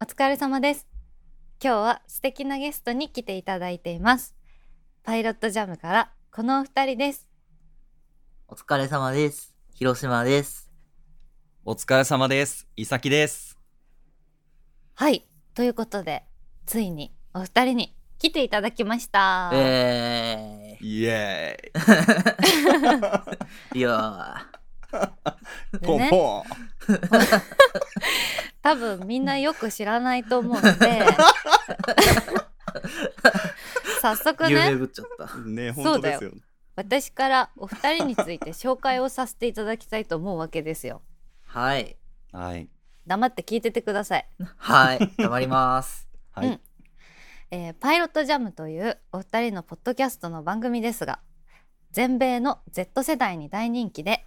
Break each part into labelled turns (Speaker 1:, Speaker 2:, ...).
Speaker 1: お疲れ様です。今日は素敵なゲストに来ていただいています。パイロットジャムからこのお二人です。
Speaker 2: お疲れ様です。広島です。
Speaker 3: お疲れ様です。いさきです。
Speaker 1: はい、ということで、ついにお二人に来ていただきました。
Speaker 2: え
Speaker 3: イエー
Speaker 2: ー、いや
Speaker 3: イ。
Speaker 1: で
Speaker 3: ポン
Speaker 1: ね
Speaker 3: ポン。
Speaker 1: 多分みんなよく知らないと思うので早
Speaker 2: ー、
Speaker 1: 速
Speaker 2: 有名
Speaker 1: ね
Speaker 2: ぶっちゃった。
Speaker 3: ね、
Speaker 1: そ
Speaker 3: 本
Speaker 1: う
Speaker 3: 当ですよ。
Speaker 1: 私からお二人について紹介をさせていただきたいと思うわけですよ
Speaker 2: はい。
Speaker 3: はい。
Speaker 1: 黙って聞いててください、
Speaker 2: はい。頑張ります。
Speaker 3: はい。
Speaker 1: うんえーパイロットジャムというお二人のポッドキャストの番組ですが全米の Z 世代に大人気 で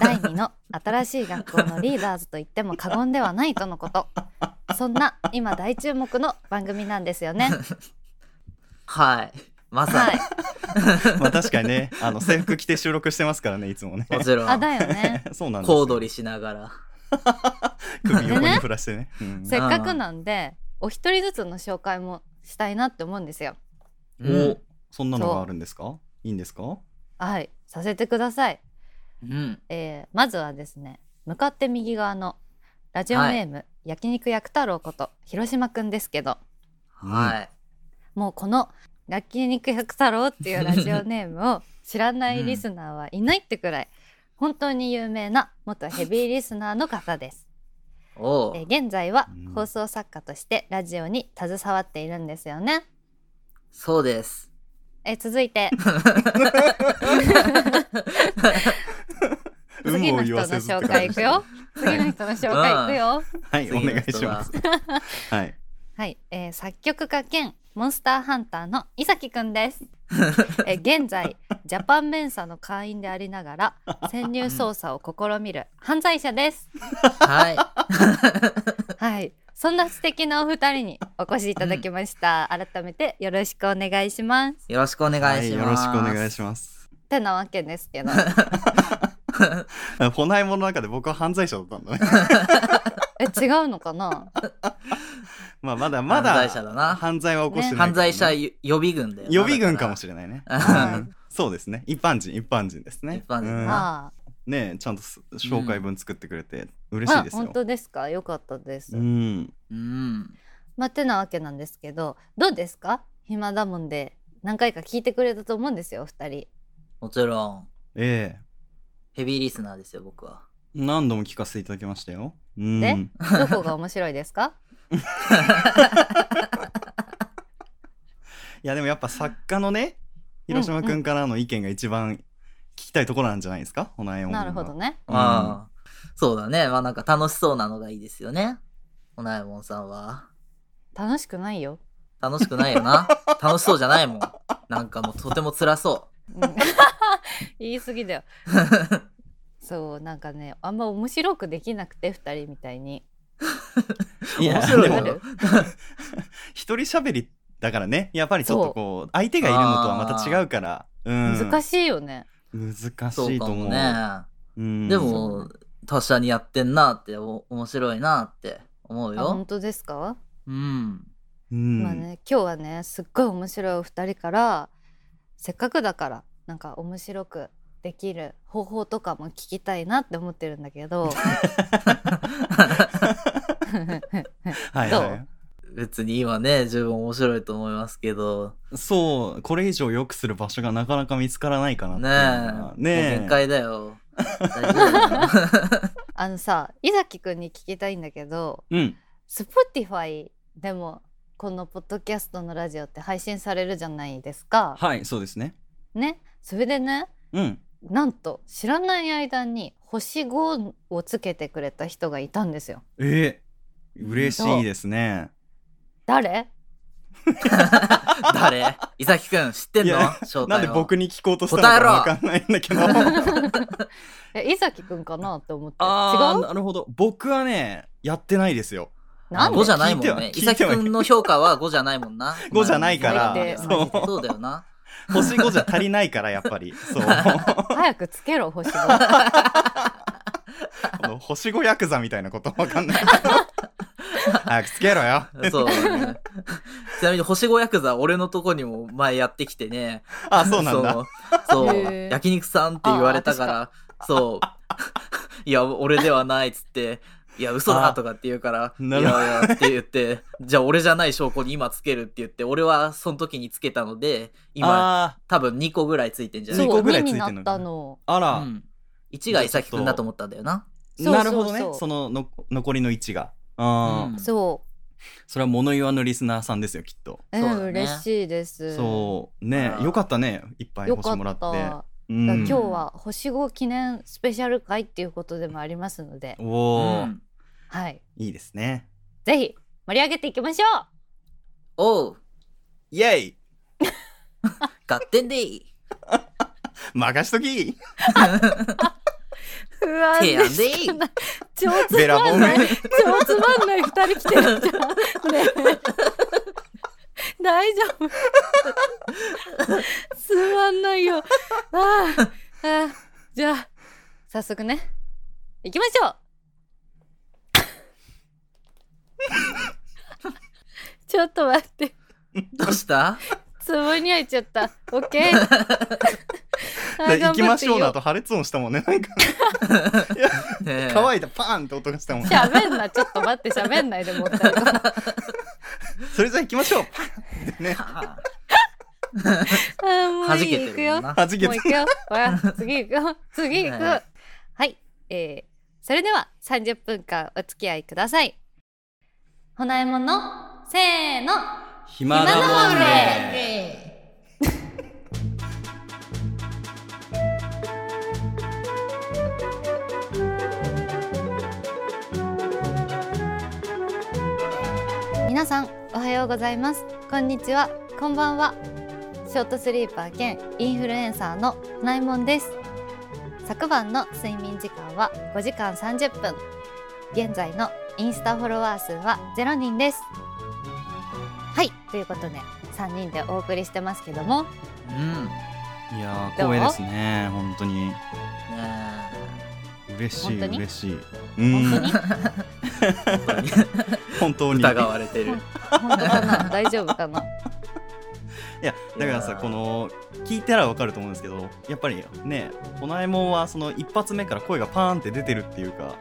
Speaker 1: 第2の新しい学校のリーダーズと言っても過言ではないとのことそんな今大注目の番組なんですよ ね
Speaker 2: はい。まさ
Speaker 1: は
Speaker 2: に。
Speaker 1: い
Speaker 3: まあ確かにね、あの制服着て収録してますからね、いつもね。
Speaker 2: もちろ
Speaker 1: あ
Speaker 2: ん。
Speaker 1: だよね
Speaker 3: そうなんですよ。
Speaker 2: 小躍りしながら。
Speaker 3: 首横
Speaker 1: で
Speaker 3: に
Speaker 1: ね
Speaker 3: 振らしてね。うん
Speaker 1: せっかくなんでお一人ずつの紹介もしたいなって思うんですよ
Speaker 2: うん
Speaker 3: お、そんなのがあるんですか。いいんですか。
Speaker 1: はいさせてください、
Speaker 2: うん。
Speaker 1: えーまずはですね向かって右側のラジオネーム、焼肉薬太郎こと広島くんですけど
Speaker 2: はい。
Speaker 1: もうこの「焼肉薬太郎」っていうラジオネームを知らないリスナーはいないってくらい本当に有名な元ヘビーリスナーの方です
Speaker 2: お
Speaker 1: えー
Speaker 2: う。
Speaker 1: 現在は
Speaker 3: うん
Speaker 1: 放送作家としてラジオに携わっているんですよね
Speaker 2: そうです。
Speaker 1: えー続い て 次の
Speaker 3: 有無を言
Speaker 1: 人の
Speaker 3: わせずっ
Speaker 1: 紹
Speaker 3: て感
Speaker 1: 介
Speaker 3: じ
Speaker 1: いくよ。次の人の紹介いくよ。
Speaker 3: はい、お願いします。はい。
Speaker 1: はい、えー作曲家兼モンスターハンターの伊崎くん です。えー現在ジャパンメンサの会員でありながら潜入捜査を試みる犯罪者です。
Speaker 2: はい。
Speaker 1: はい、そんな素敵なお二人にお越しいただきました。改めてよろしくお願いします。
Speaker 2: よろしくお願
Speaker 3: はい
Speaker 2: し
Speaker 3: い、
Speaker 2: ます。
Speaker 3: よろしくお願いします。
Speaker 1: てなわけです けど、
Speaker 3: ホナイモの中で僕は犯罪者だったんだね。
Speaker 1: え違うのかな？
Speaker 3: まあまだまだ
Speaker 2: 犯罪者だな
Speaker 3: 犯罪は起こしてないからね。
Speaker 2: 犯罪者予備軍だよな。
Speaker 3: 予備軍かも
Speaker 2: し
Speaker 3: しれないね。
Speaker 2: うん
Speaker 3: うんそうですね。一般人、一般人ですね。
Speaker 2: 一般人
Speaker 3: うん
Speaker 1: あ
Speaker 3: ねえちゃんとす紹介文作ってくれて
Speaker 1: あ、
Speaker 3: 嬉しい
Speaker 1: あ
Speaker 3: ですよ。
Speaker 1: 本当ですか。よかったです。
Speaker 3: う
Speaker 2: れ
Speaker 3: ん。
Speaker 2: ない。うん。
Speaker 1: まあ、てなわけなんですけどどうですか暇だもんで何回か聞いてくれたと思うんですよお二人
Speaker 2: もちろん。
Speaker 3: え
Speaker 2: ヘビーリスナーですよ、僕は。
Speaker 3: え何度も聞かせていただきましたよ。うん。
Speaker 1: でどこが面白いですか
Speaker 3: いやでもやっぱ作家のね、
Speaker 1: うん
Speaker 3: 広島くんからの意見が一番聞きたいところなんじゃないですか、ホナエモンは
Speaker 1: なるほど。ね
Speaker 2: まあ、そうだね。まあなんか楽しそうなのがいいですよね。おなえもんさんは。
Speaker 1: 楽しくないよ、
Speaker 2: 楽しくないよな。 楽しそうじゃないもん。なんかもうとても辛そ
Speaker 1: うん 言い過ぎだよそうなんかねあんま面白くできなくて二人みたいに
Speaker 3: いや
Speaker 2: 面白いよ
Speaker 3: で
Speaker 1: わか
Speaker 3: も
Speaker 1: る
Speaker 3: 一人喋りだからね、やっぱりちょっとこう相手がいるのとはまた違うから、うん、
Speaker 1: 難しいよね、
Speaker 3: 難し
Speaker 2: う。そう
Speaker 3: い
Speaker 2: か
Speaker 3: と思
Speaker 2: も
Speaker 3: う。
Speaker 2: ね。
Speaker 3: うん、
Speaker 2: で
Speaker 1: そう
Speaker 2: も、他社にやってんなって、お面白いなって思う
Speaker 1: あ本
Speaker 2: よ。
Speaker 1: 当ですか、
Speaker 2: うん。
Speaker 3: うん、
Speaker 1: まあね今日はねすっごい面白いお二人からせっかくだからなんか面白くできる方法とかも聞きたいなって思ってるんだけ ど
Speaker 3: はい
Speaker 1: ど
Speaker 3: は
Speaker 1: う
Speaker 2: 別に今ね、十分面白いと思いますけど、
Speaker 3: い。そう、これ以上良くする場所がなかなか見つからないかなって
Speaker 2: ね
Speaker 3: いうのは
Speaker 2: え。
Speaker 3: ね
Speaker 2: も
Speaker 3: え
Speaker 2: う限界だよ。大丈夫 だよ
Speaker 1: あのさ伊崎くんに聞きたいんだけど
Speaker 3: うん。
Speaker 1: Spotify でもこのポッドキャストのラジオって配信されるじゃないですか。
Speaker 3: はい、そうですね。
Speaker 1: ねそれでね
Speaker 3: うん。
Speaker 1: なんと知らない間に星5をつけてくれた人がいたんですよ。
Speaker 3: ええ嬉しいですね。
Speaker 1: 誰
Speaker 2: 誰伊崎くん知ってん
Speaker 3: い
Speaker 2: の
Speaker 3: や
Speaker 2: 正体は
Speaker 3: なんで僕に聞こうとしたのかわかんないんだけど。
Speaker 1: え伊崎くんかなって思って違
Speaker 3: ああ、
Speaker 1: う
Speaker 3: なるほど。僕はね、やってないですよ。
Speaker 1: なんで
Speaker 2: 5じゃないもんね。
Speaker 3: 聞
Speaker 2: 伊
Speaker 3: いては聞い
Speaker 2: 崎
Speaker 3: てはい
Speaker 2: くんの評価は5じゃないもん な。
Speaker 3: 5じゃないから
Speaker 1: 最低
Speaker 3: そう
Speaker 2: そうだよな。
Speaker 3: 星5じゃ足りないから、やっぱり。そう。
Speaker 1: 早くつけろ星5
Speaker 3: この星5ヤクザみたいなことわかんない。早くつけろよ。
Speaker 2: そう だね。ちなみに、星5ヤクザ、俺のとこにも前やってきてね。
Speaker 3: あ、そうなんだ。
Speaker 2: そう。そう
Speaker 1: へー
Speaker 2: 焼肉さんって言われたから、そう。 いや、俺ではないっつって、いや、嘘だとかって言うから、い
Speaker 3: な
Speaker 2: やい
Speaker 3: るほど
Speaker 2: やって言って、じゃあ俺じゃない証拠に今つけるって言って、俺はその時につけたので、今、
Speaker 3: あ
Speaker 2: 多分2個ぐらいついてんじゃない
Speaker 3: 二
Speaker 1: そ
Speaker 3: 個
Speaker 1: う、
Speaker 3: ぐらい
Speaker 1: 2
Speaker 3: つい
Speaker 1: に
Speaker 3: てんの
Speaker 1: な
Speaker 3: かな
Speaker 1: ったの。
Speaker 3: ーあ
Speaker 2: う
Speaker 3: ら、
Speaker 2: ん。1が伊崎くんだと思ったんだよな。
Speaker 1: そう
Speaker 3: なるほどね
Speaker 1: そうそう
Speaker 3: そのの残りの1があー、
Speaker 2: うん
Speaker 1: そ
Speaker 3: それは物言わぬリスナーさんですよきっと、
Speaker 1: う、うん
Speaker 2: そうだね
Speaker 1: 嬉しいです。
Speaker 3: そうね
Speaker 2: あー
Speaker 3: よかったねいっぱい
Speaker 1: よか
Speaker 3: 星
Speaker 1: った。
Speaker 3: もらってう
Speaker 1: だから
Speaker 3: ん、
Speaker 1: 今日は星5記念スペシャル会っていうことでもありますので、
Speaker 2: う
Speaker 3: おお、
Speaker 2: ん。
Speaker 1: はい、
Speaker 3: いいですね
Speaker 1: ぜひ盛り上げていきましょう
Speaker 2: おう、
Speaker 3: イエイ
Speaker 2: 合点でいい。
Speaker 3: 任しとき
Speaker 1: 不安
Speaker 2: 提案でいい
Speaker 1: しかない超つ
Speaker 3: ベラ
Speaker 1: ま
Speaker 3: ボ
Speaker 1: ん
Speaker 3: ン
Speaker 1: ない超つまんない二人来てるじゃんねえ大丈夫つまんないよああああじゃあ早速ね行きましょうちょっと待って
Speaker 2: どうした
Speaker 1: つぼに入っちゃったオッケーあ
Speaker 3: 行きましょう
Speaker 1: 頑張っ
Speaker 3: な
Speaker 1: て
Speaker 3: と破裂音したもんねなんか
Speaker 2: ねえ
Speaker 3: 乾いたパーンって音がしたもん
Speaker 1: 喋んなちょっと待って喋んないでもう二人と も
Speaker 3: それじゃあ行きましょうパー ンってね
Speaker 2: は
Speaker 1: あーもう
Speaker 2: じ
Speaker 1: い
Speaker 2: け
Speaker 1: い
Speaker 2: て
Speaker 1: 行く
Speaker 2: るも
Speaker 1: よ
Speaker 2: んな。
Speaker 3: はじけ
Speaker 1: もう
Speaker 3: て
Speaker 1: 行くよほら次行くよ次行く
Speaker 2: は
Speaker 1: はい
Speaker 2: い、
Speaker 1: えー、それでは30分間お付き合いくださいほなえもんのせーの
Speaker 3: 暇
Speaker 1: だもんね 皆さんおはようございますこんにちはこんばんはショートスリーパー兼インフルエンサーのほなえもんです昨晩の睡眠時間は5時間30分現在のインスタフォロワー数は0人ですはいということで3人でお送りしてますけども
Speaker 2: うん。ね
Speaker 3: いやー光栄ですね本当に嬉しい
Speaker 1: 本当に
Speaker 3: 嬉しいうん
Speaker 1: 本当に
Speaker 3: 本当
Speaker 2: え
Speaker 3: に
Speaker 2: 疑われてる。
Speaker 1: 本当かな大丈夫かない
Speaker 3: やだからさ
Speaker 2: いやー
Speaker 3: この聞いたらわかると思うんですけどやっぱりねホナエモンはその一発目から声がパーンって出てるっていうか、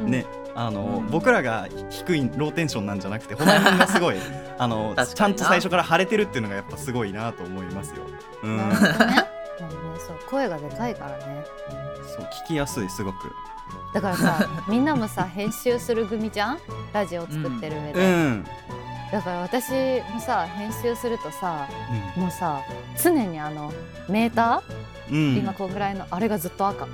Speaker 1: うん
Speaker 3: ねあの、
Speaker 2: うん
Speaker 3: 僕らが低いローテンションなんじゃなくてホナエモンが すごいあの
Speaker 2: 確
Speaker 3: ち
Speaker 2: か
Speaker 3: ゃ
Speaker 2: になん
Speaker 3: と最初から腫れてるっていうのがやっぱすごいなと思いますよ。うん
Speaker 1: なるほどねもうねそう声がでかいからね
Speaker 3: そう聞きやすいすごく。
Speaker 1: だからさみんなもさ編集する組じゃんラジオ作ってる上
Speaker 3: う
Speaker 1: で、
Speaker 3: ん。
Speaker 1: だから私もさ編集するとさもうさ常にあのメータ
Speaker 3: う
Speaker 1: ー、
Speaker 3: ん。
Speaker 1: 今こんぐらいのあれがずっと赤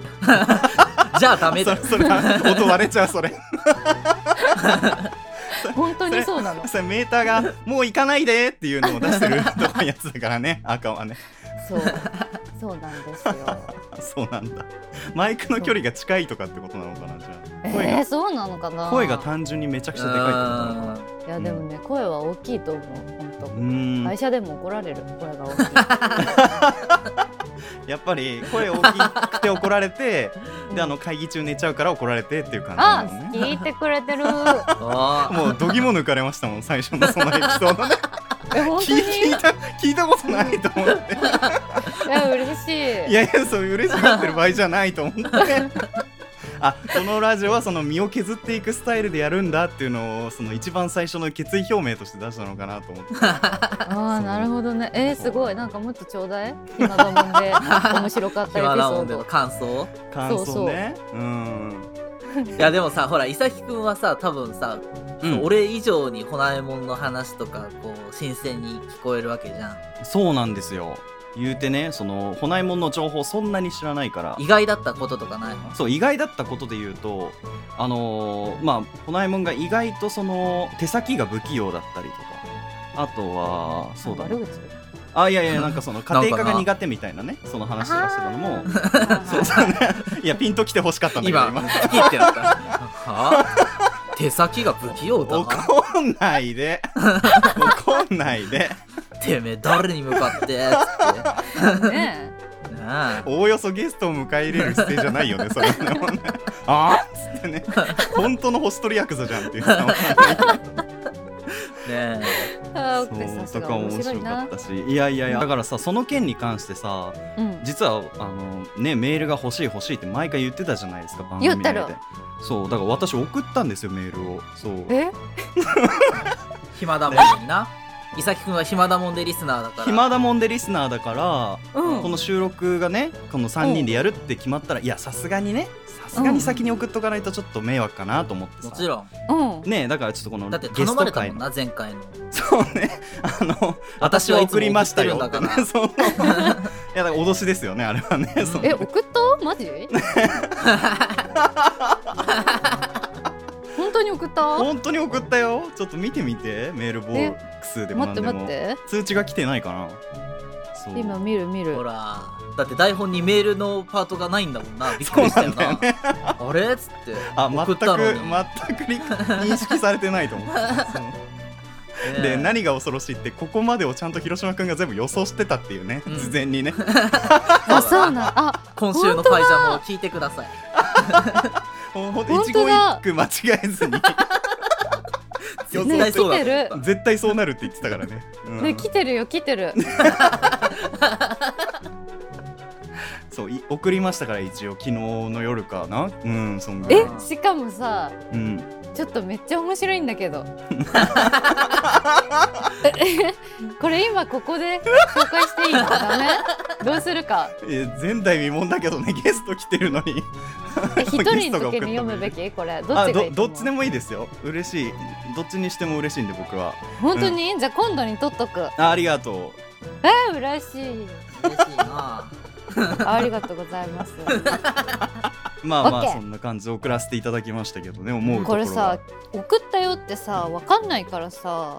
Speaker 2: じゃあダメだ
Speaker 3: そ
Speaker 2: よ。
Speaker 3: それ音割れちゃうそれ。
Speaker 1: 本当にそうなの
Speaker 3: それメーターがもう行かないでっていうのを出してるとこやつだからね赤はね。
Speaker 1: そうそうなんですよ
Speaker 3: そうなんだ。マイクの距離が近いとかってことなのかなじゃあ。声
Speaker 1: え
Speaker 3: が
Speaker 1: ー、そうなのかな
Speaker 3: 声が単純にめちゃくちゃでかいってことなのかな。
Speaker 1: いやでもね、声は大きいと思う本当、
Speaker 3: うーん
Speaker 1: 会社でも怒られる声が大きい
Speaker 3: やっぱり声大きくて怒ら れてであの会議中寝ちゃうから怒られてっていう感じ な
Speaker 1: あ
Speaker 3: のね
Speaker 1: 聞いてくれてる
Speaker 2: あ
Speaker 3: もうどぎも抜かれましたもん最初のそのエピソードね
Speaker 1: え本当
Speaker 3: 聞
Speaker 1: に
Speaker 3: い聞いた聞いたことないと 思って
Speaker 1: え嬉しい
Speaker 3: いやいやそう嬉しがってる場合じゃないと思ってあこのラジオはその身を削っていくスタイルでやるんだっていうのをその一番最初の決意表明として出したのかなと思って
Speaker 1: あ
Speaker 3: そ
Speaker 1: あ
Speaker 3: う
Speaker 1: なるほどねえー、すごいなんかもっとちょうだい今だもんで面白かったエピ
Speaker 2: 暇だ
Speaker 1: ソ
Speaker 2: も
Speaker 1: ー
Speaker 2: んでの
Speaker 1: ド
Speaker 2: 感想
Speaker 3: 感想ねうん
Speaker 2: いやでもさほら伊崎くんはさ多分さ、
Speaker 3: うん
Speaker 2: 俺以上にホナエモンの話とかこう新鮮に聞こえるわけじゃん
Speaker 3: そうなんですよ言うてねそのホナイモンの情報そんなに知らないから
Speaker 2: 意外だったこととかないの
Speaker 3: そう意外だったことで言うとあのーまあホナイモンが意外とその手先が不器用だったりとかあとはそうだ
Speaker 1: 悪
Speaker 3: ね
Speaker 1: 口
Speaker 3: あいやいや なんかその家庭
Speaker 2: な
Speaker 3: 科
Speaker 2: んか
Speaker 3: が
Speaker 2: な
Speaker 3: 苦手みたいなねその話とかしてたのも
Speaker 1: あー
Speaker 3: そうそうねいやピンときてほしかったんだけど
Speaker 2: 今
Speaker 3: 今
Speaker 2: 好きってなった は手先が不器用だな
Speaker 3: 怒んない で怒んないで
Speaker 2: てめえ誰に向かってつって
Speaker 1: ねえ
Speaker 2: ねな
Speaker 3: おおよそゲストを迎え入れる姿勢じゃないよね、それはね。あーっつってね、本当の星取りヤクザじゃんっていうのは
Speaker 2: ね
Speaker 1: あー奥部さん
Speaker 3: そう
Speaker 1: す
Speaker 3: と
Speaker 1: ご
Speaker 3: か
Speaker 1: い面
Speaker 3: 面
Speaker 1: 白い
Speaker 3: 白か
Speaker 1: な
Speaker 3: っ。たしいやいやいやだからさその件に関してさ
Speaker 1: うん。
Speaker 3: 実はあのねメールが欲しい欲しいって毎回言ってたじゃないですか番組内で
Speaker 1: 言った
Speaker 3: そうだから私送ったんですよメールをそう
Speaker 1: え？
Speaker 2: え暇だもんにな伊崎くんは暇だもんでリスナーだから
Speaker 3: 暇だもんでリスナーだから、
Speaker 1: うん
Speaker 3: この収録がねこの3人でやるって決まったら、いやさすがにねさすがに先に送っとかないとちょっと迷惑かなと思ってさ
Speaker 2: もちろん
Speaker 1: うん。
Speaker 3: ねえだからちょっとこの
Speaker 2: だって
Speaker 3: ゲ
Speaker 2: 頼
Speaker 3: ス
Speaker 2: ま
Speaker 3: ト
Speaker 2: れた
Speaker 3: 会
Speaker 2: もん
Speaker 3: の
Speaker 2: な前回の
Speaker 3: そうね あの
Speaker 2: 私
Speaker 3: 私
Speaker 2: は
Speaker 3: はい
Speaker 2: つも
Speaker 3: 送りましたよ
Speaker 2: 送ってるんだから
Speaker 3: ってね そういやだから脅しですよねあれはね、
Speaker 2: うん
Speaker 3: その
Speaker 1: え送った？マジ？本当に送った？
Speaker 3: 本当に送ったよちょっと見てみてメールボックスでも
Speaker 1: 待って
Speaker 3: 何でも
Speaker 1: 待って。
Speaker 3: 通知が来てないかなそう
Speaker 1: 今見る見る
Speaker 2: ほ。らだって台本にメールのパートがないんだもんなびっくりしたよな
Speaker 3: そうなんだ
Speaker 2: あれっつって
Speaker 3: あ
Speaker 2: 送
Speaker 3: 全
Speaker 2: っ
Speaker 3: く
Speaker 2: たのに
Speaker 3: 全く理解認識されてない と思ってそう
Speaker 2: ね
Speaker 3: で何が恐ろしいってここまでをちゃんと広島くんが全部予想してたっていうね、
Speaker 2: うん
Speaker 3: 事前に ね
Speaker 1: あそうなん。あ
Speaker 2: 今週のパイジャマを聞いてください
Speaker 3: ほんと
Speaker 1: 本
Speaker 3: 一
Speaker 1: 当だ
Speaker 3: 言一句間違えずに予
Speaker 1: ね
Speaker 3: 想
Speaker 1: 来
Speaker 3: そう
Speaker 2: だ
Speaker 1: てる。
Speaker 3: 絶対そうなるって言ってたからね,、うん、
Speaker 1: ね来てるよ来てる。
Speaker 3: そうい送りましたから一応昨日の夜かなうんそんぐらい
Speaker 1: えしかもさ
Speaker 3: うん
Speaker 1: ちょっとめっちゃ面白いんだけど。 えこれ今ここで紹介していいのダメ？どうするか。
Speaker 3: え前代未聞だけどね ゲスト来てるのに
Speaker 1: え一人の時
Speaker 3: ゲストが送ったメール
Speaker 1: に読むべきこれどっち
Speaker 3: あ
Speaker 1: がい
Speaker 3: ど
Speaker 1: い
Speaker 3: どっちで
Speaker 1: も
Speaker 3: もいいですよ嬉しいどっちにしても嬉しいんで僕は
Speaker 1: 本当に、じゃあ今度に取っとく
Speaker 3: あありがとう
Speaker 1: えー、嬉しい
Speaker 2: 嬉しいな
Speaker 1: あありがとうござい ます
Speaker 3: まあま
Speaker 1: オッケ
Speaker 3: あ
Speaker 1: ー
Speaker 3: そんな感じで送らせていただきましたけどね思うとこ
Speaker 1: こ
Speaker 3: ろ
Speaker 1: れ
Speaker 3: は
Speaker 1: さ送ったよってさわかんないからさ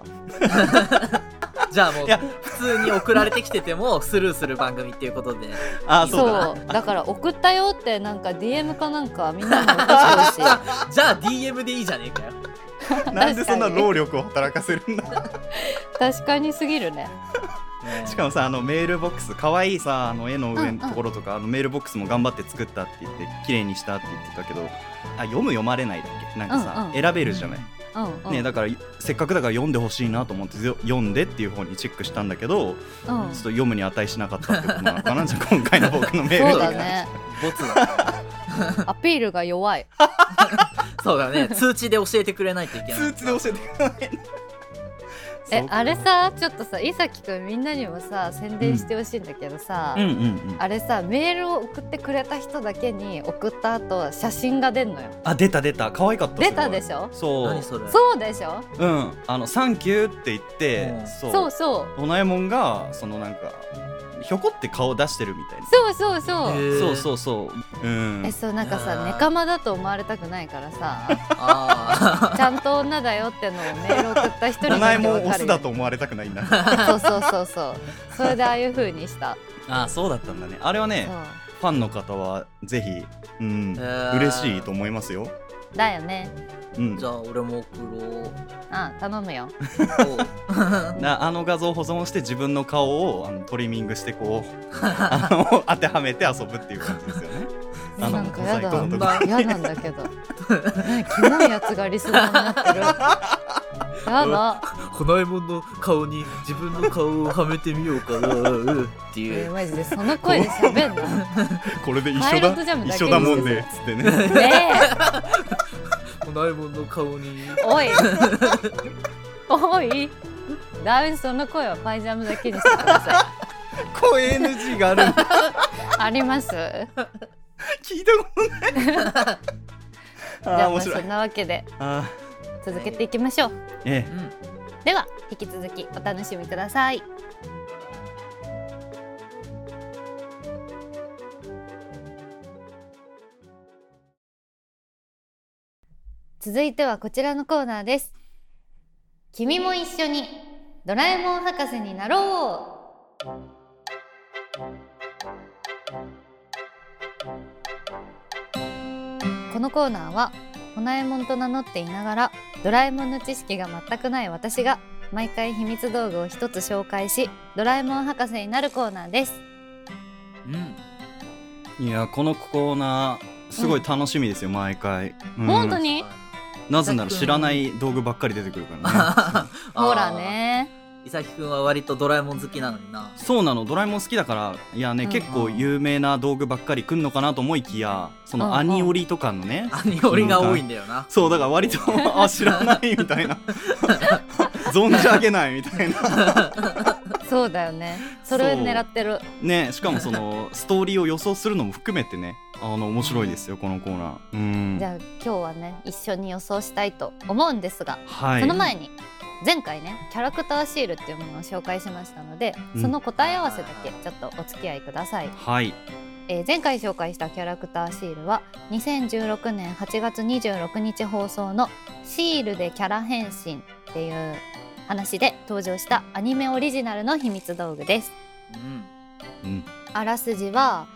Speaker 2: じゃあもう
Speaker 3: いや
Speaker 2: 普通に送られてきててもスルーする番組っていうことで
Speaker 3: あ
Speaker 1: そ
Speaker 3: そううだな
Speaker 1: だから送ったよってなんか DM かなんかみんなに送ってほしい
Speaker 2: じゃあ DM でいいじゃねえかよ
Speaker 3: なんでそんな労力を働かせるんだ
Speaker 1: 確かにすぎるね
Speaker 2: ね
Speaker 3: しかもさあのメールボックス可愛いさあの絵の上
Speaker 1: うんう
Speaker 3: の
Speaker 1: ん
Speaker 3: ところとか、あのメールボックスも頑張って作ったって言って綺麗にしたって言ってたけどあ読む読まれないだっけなんかさ、
Speaker 1: うんうん
Speaker 3: 選べるじゃない、
Speaker 1: うんうん、
Speaker 3: ねだからせっかくだから読んでほしいなと思ってぜ読んでっていう方にチェックしたんだけど、
Speaker 1: うん
Speaker 3: ちょっと読むに値しなかったってことなのかな じゃあ今回の僕のメール
Speaker 1: そう
Speaker 3: とか
Speaker 1: だね
Speaker 2: ボツだ
Speaker 1: アピールが弱い
Speaker 2: そうだね通知で教えてくれないといけない
Speaker 3: 通知で教えてください
Speaker 1: えあれさちょっとさ伊崎くんみんなにもさ宣伝してほしいんだけどさ、
Speaker 3: うんうんうん
Speaker 1: あれさメールを送ってくれた人だけに送った後写真が出んのよ
Speaker 3: あ出た出た可愛かった
Speaker 1: 出たで
Speaker 3: ょ
Speaker 1: しょ
Speaker 3: そう
Speaker 2: 何それ
Speaker 1: そうでしょ
Speaker 3: うんあのサンキューって言って、
Speaker 2: うん
Speaker 3: そう
Speaker 1: そうそう
Speaker 3: ドラえもんがそのなんかひょこって顔出してるみたいな
Speaker 1: そうそうそう、
Speaker 2: へー
Speaker 3: そうそうそううん
Speaker 1: えそうなんか
Speaker 2: あ
Speaker 1: さ
Speaker 2: ー
Speaker 1: ネカマだと思われたくないからさ
Speaker 2: あ
Speaker 1: ちゃんと女だよってのをメール送った人に
Speaker 3: ドラえ
Speaker 1: だけ
Speaker 3: も
Speaker 1: わ
Speaker 3: んオ
Speaker 1: かる
Speaker 3: ス
Speaker 1: よ
Speaker 3: だと思われたくないんだ
Speaker 1: そうそうそうそうそれでああいう風にした
Speaker 3: あそうだったんだねあれは
Speaker 1: そう
Speaker 3: ねファンの方はぜひうん
Speaker 2: へー
Speaker 3: 嬉しいと思いますよ
Speaker 1: だよね
Speaker 3: うん
Speaker 2: ー じゃあ俺も送 ろう
Speaker 1: あ頼むよ
Speaker 2: おう
Speaker 3: なあの画像を保存して自分の顔をあのトリミングして こうあの当てはめて遊ぶっていう感じですよ ね。あの
Speaker 1: なんかやだ
Speaker 3: モザイクのとこ
Speaker 1: 嫌なんだけどねキモいやつがリスナーになってるやだ
Speaker 2: こないもんの顔に自分の顔をはめてみようかなうんってい
Speaker 1: え
Speaker 2: う
Speaker 1: マジでその声で喋 んの
Speaker 3: これで一
Speaker 1: パ
Speaker 3: 緒
Speaker 1: イロ
Speaker 3: だ
Speaker 1: ットジャムだけ
Speaker 3: 一緒だもんねつってね。
Speaker 1: ねえ
Speaker 2: こないもんの顔に
Speaker 1: おいおいダメその声はパイジャムだけにしてくださ
Speaker 3: こう NG が あるの
Speaker 1: いありますじ
Speaker 3: 聞いたことない。あ
Speaker 1: ゃ
Speaker 3: あ
Speaker 1: あま
Speaker 3: 面
Speaker 1: あ
Speaker 3: 白
Speaker 1: そ
Speaker 3: い
Speaker 1: ん。なわけで
Speaker 3: あ
Speaker 1: 続けていきましょう
Speaker 3: ーえ
Speaker 2: うん
Speaker 1: では引き続きお楽しみください続いてはこちらのコーナーです君も一緒にドラえもん博士になろうこのコーナーはドラえもんと名乗っていながらドラえもんの知識が全くない私が毎回秘密道具を一つ紹介しドラえもん博士になるコーナーです
Speaker 2: うん
Speaker 3: いやこのコーナーすごい楽しみですよ、毎回、うん
Speaker 1: 本当に
Speaker 3: なぜなら知らない道具ばっかり出てくるからね
Speaker 1: ほらね
Speaker 2: 伊崎くんは割とドラえもん好きなの にな
Speaker 3: そうなのドラえもん好きだからいやね、
Speaker 1: うん
Speaker 3: 結構有名な道具ばっかり来んのかなと思いきやそのアニオリとかのね、
Speaker 2: アニオリが多いんだよな
Speaker 3: そうだから割とあ知らないみたいな 存じ上げないみたいな
Speaker 1: そうだよねそれを狙ってる
Speaker 3: ねしかもそのストーリーを予想するのも含めてねあの面白いですよこのコーナーうん
Speaker 1: じゃあ今日はね一緒に予想したいと思うんですが、
Speaker 3: はい
Speaker 1: その前に前回ねキャラクターシールっていうものを紹介しましたので
Speaker 3: うん
Speaker 1: その答え合わせだけちょっとお付き合いください、
Speaker 3: はい
Speaker 1: えー前回紹介したキャラクターシールは2016年8月26日放送の「シールでキャラ変身」っていう話で登場したアニメオリジナルの秘密道具です
Speaker 2: うん
Speaker 3: うん
Speaker 1: あらすじは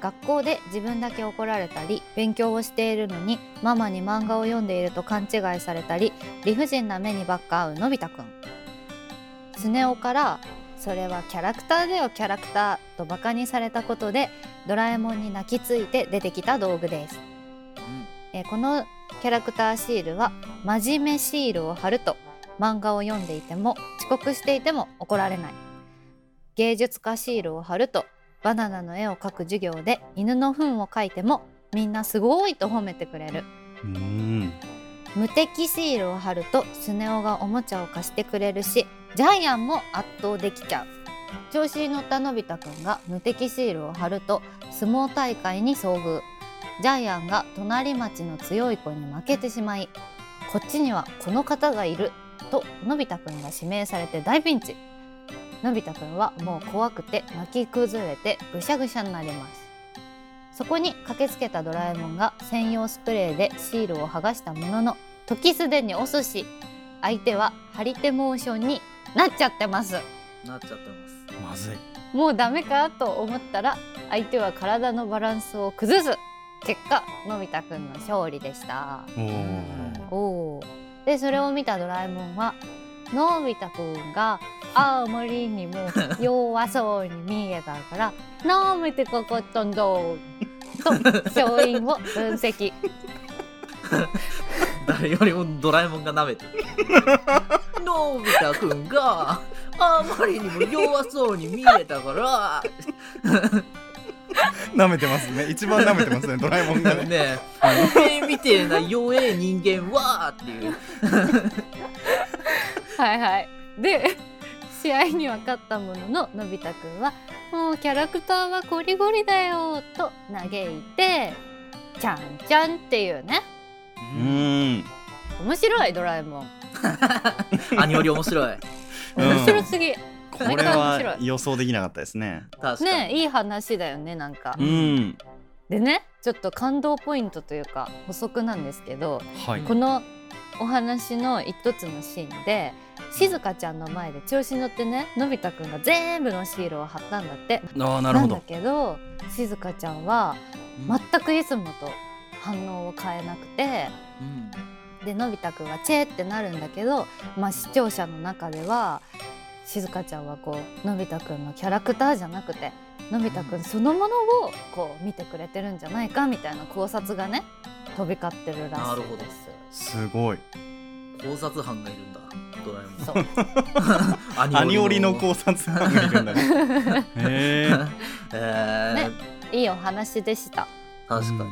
Speaker 1: 学校で自分だけ怒られたり勉強をしているのにママに漫画を読んでいると勘違いされたり理不尽な目にばっか合うのび太くんスネ夫からそれはキャラクターだよキャラクターとバカにされたことでドラえもんに泣きついて出てきた道具です、えーこのキャラクターシールは真面目シールを貼ると漫画を読んでいても遅刻していても怒られない芸術家シールを貼るとバナナの絵を描く授業で犬の糞を描いてもみんなすごいと褒めてくれる
Speaker 3: うん
Speaker 1: 無敵シールを貼るとスネ夫がおもちゃを貸してくれるしジャイアンも圧倒できちゃう調子に乗ったのび太くんが無敵シールを貼ると相撲大会に遭遇ジャイアンが隣町の強い子に負けてしまいこっちにはこの方がいるとのび太くんが指名されて大ピンチのび太くんはもう怖くて泣き崩れてぐしゃぐしゃになりますそこに駆けつけたドラえもんが専用スプレーでシールを剥がしたものの時すでに遅し相手は張り手モーションになっちゃってます
Speaker 2: なっちゃってます
Speaker 3: まずい
Speaker 1: もうダメかと思ったら相手は体のバランスを崩す結果のび太くんの勝利でした
Speaker 3: おー
Speaker 1: おーでそれを見たドラえもんはのび太くんが青森にも弱そうに見えたから「なめてかかったんだ」と勝因を分析
Speaker 2: 誰よりもドラえもんが舐めて るのび太くんがあまりにも弱そうに見えたか
Speaker 3: 舐めてますね一番舐めてますねドラえもんが
Speaker 2: ら
Speaker 3: ね
Speaker 2: ねえおめえみてえな弱え人間はっていう
Speaker 1: はいはいで 試合には勝ったものののび太くんは「もうキャラクターはゴリゴリだよ」と嘆いて「ちゃんちゃん」って いうね
Speaker 3: うん
Speaker 1: 面白いドラえもん
Speaker 2: アニオリ面白い
Speaker 1: 面白すぎ、
Speaker 3: こ
Speaker 1: 毎
Speaker 3: れ
Speaker 1: 回面白
Speaker 3: はい予想できなかったですね
Speaker 2: 確か
Speaker 1: ね
Speaker 2: に
Speaker 1: いい話だよねなんか
Speaker 3: う。ん
Speaker 1: でねちょっと感動ポイントというか補足なんですけど
Speaker 3: はい
Speaker 1: このお話の一つのシーンでしずかちゃんの前で調子に乗ってねのび太くんが全部のシールを貼ったんだって。
Speaker 3: ああなるほ
Speaker 1: ん
Speaker 3: ど
Speaker 1: だけどしずかちゃんは全くいつもと反応を変えなくて
Speaker 2: うん
Speaker 1: でのび太くんは「チェ!」ってなるんだけど、まあ、視聴者の中ではしずかちゃんはこうのび太くんのキャラクターじゃなくてのび太くんそのものをこう見てくれてるんじゃないかみたいな考察がね飛び交ってるら
Speaker 2: な
Speaker 1: し
Speaker 2: る
Speaker 1: い
Speaker 2: ほど
Speaker 1: です。
Speaker 3: すごい
Speaker 2: 考察班がいるんだドラえも ん
Speaker 1: そう
Speaker 3: アニオリの
Speaker 2: 考
Speaker 3: 考察班がいるんだね へえ
Speaker 2: えー
Speaker 1: ね いいお話でした。
Speaker 2: 確かに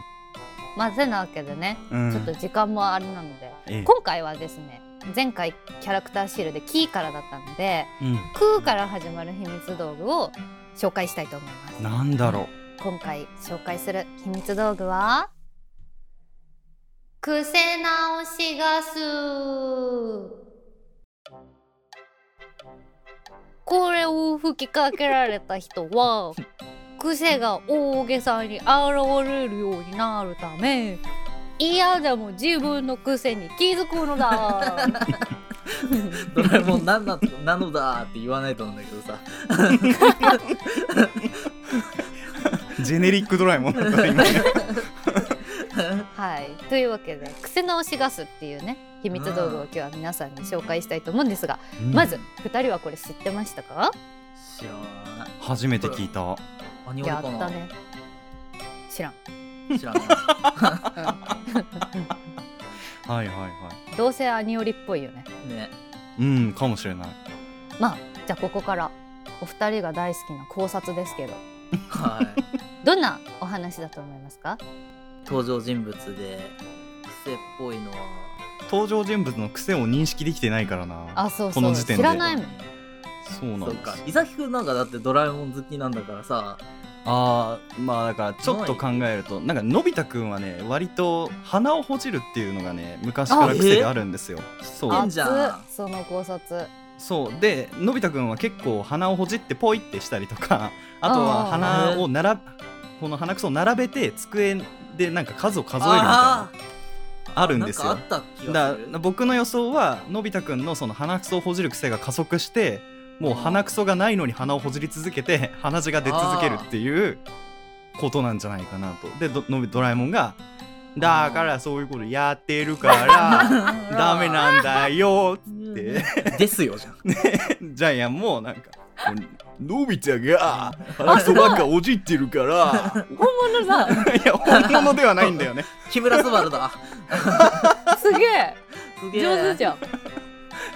Speaker 1: まあ、てなわけでね、
Speaker 3: うん
Speaker 1: ちょっと時間もあれなので、
Speaker 3: ええ
Speaker 1: 今回はですね前回キャラクターシールで「キー」からだったので「クー」から始まる秘密道具を紹介したいと思います。
Speaker 3: うんなんだろ
Speaker 1: 今回紹介する秘密道具は癖直しガスこれを吹きかけられた人は癖が大げさに現れるようになるため嫌でも自分の癖に気づくのだ
Speaker 2: ドラえもんなんななのだって言わないと思うんだけどさ
Speaker 3: うジェネリックドラえもんだった今ね
Speaker 1: はいというわけで癖直しガスっていうね秘密道具を今日は皆さんに紹介したいと思うんですがまず2人はこれ知ってましたか
Speaker 2: 知らない
Speaker 3: 初めて聞いた
Speaker 2: アニオリ
Speaker 1: やっ
Speaker 2: かな
Speaker 1: たね知らん、
Speaker 2: 知らんな
Speaker 3: はいはいは
Speaker 1: うん、どうせアニオリっぽいよね
Speaker 2: ね
Speaker 3: いうんかもしれない
Speaker 1: まあじゃあここからお二人が大好きな考察ですけど
Speaker 2: はい
Speaker 1: どんなお話だと思いますか
Speaker 2: 登場人物で癖っぽいのは
Speaker 3: 登場人物の癖を認識できてないからな
Speaker 1: あそうそ
Speaker 3: こ
Speaker 1: う
Speaker 3: の時点で
Speaker 1: 知らないもん
Speaker 3: そうなん
Speaker 2: そ
Speaker 3: で
Speaker 2: っ
Speaker 3: す
Speaker 2: か伊崎くんなんかだってドラえもん好きなんだからさ
Speaker 3: あーまあだからちょっと考えるとなんかのび太くんはね割と鼻をほじるっていうのがね昔から癖があるんですよそう
Speaker 2: あじゃん
Speaker 1: 熱その考察
Speaker 3: そうでのび太くんは結構鼻をほじってポイってしたり とかあとは
Speaker 1: あー
Speaker 3: 鼻をならこの鼻くそを並べて机でなんか数を数えるみたいな
Speaker 2: あー
Speaker 3: あるんです
Speaker 2: な
Speaker 3: よ
Speaker 2: んかあった気が
Speaker 3: だ
Speaker 2: する
Speaker 3: 僕の予想はのび太くんのその鼻くそをほじる癖が加速してもう鼻くそがないのに鼻をほじり続けて鼻血が出続けるっていうことなんじゃないかなとでどのびドラえもんが「だからそういうことやって るからダメなんだよ」って
Speaker 2: ですよじゃん
Speaker 3: ジャイアンもなんか「のび太が鼻くそばっかおじってるから
Speaker 1: 本物だ
Speaker 3: いや本物ではないんだよね
Speaker 2: 木村昴だ
Speaker 1: すげえ
Speaker 2: すげえ
Speaker 1: 上手じゃん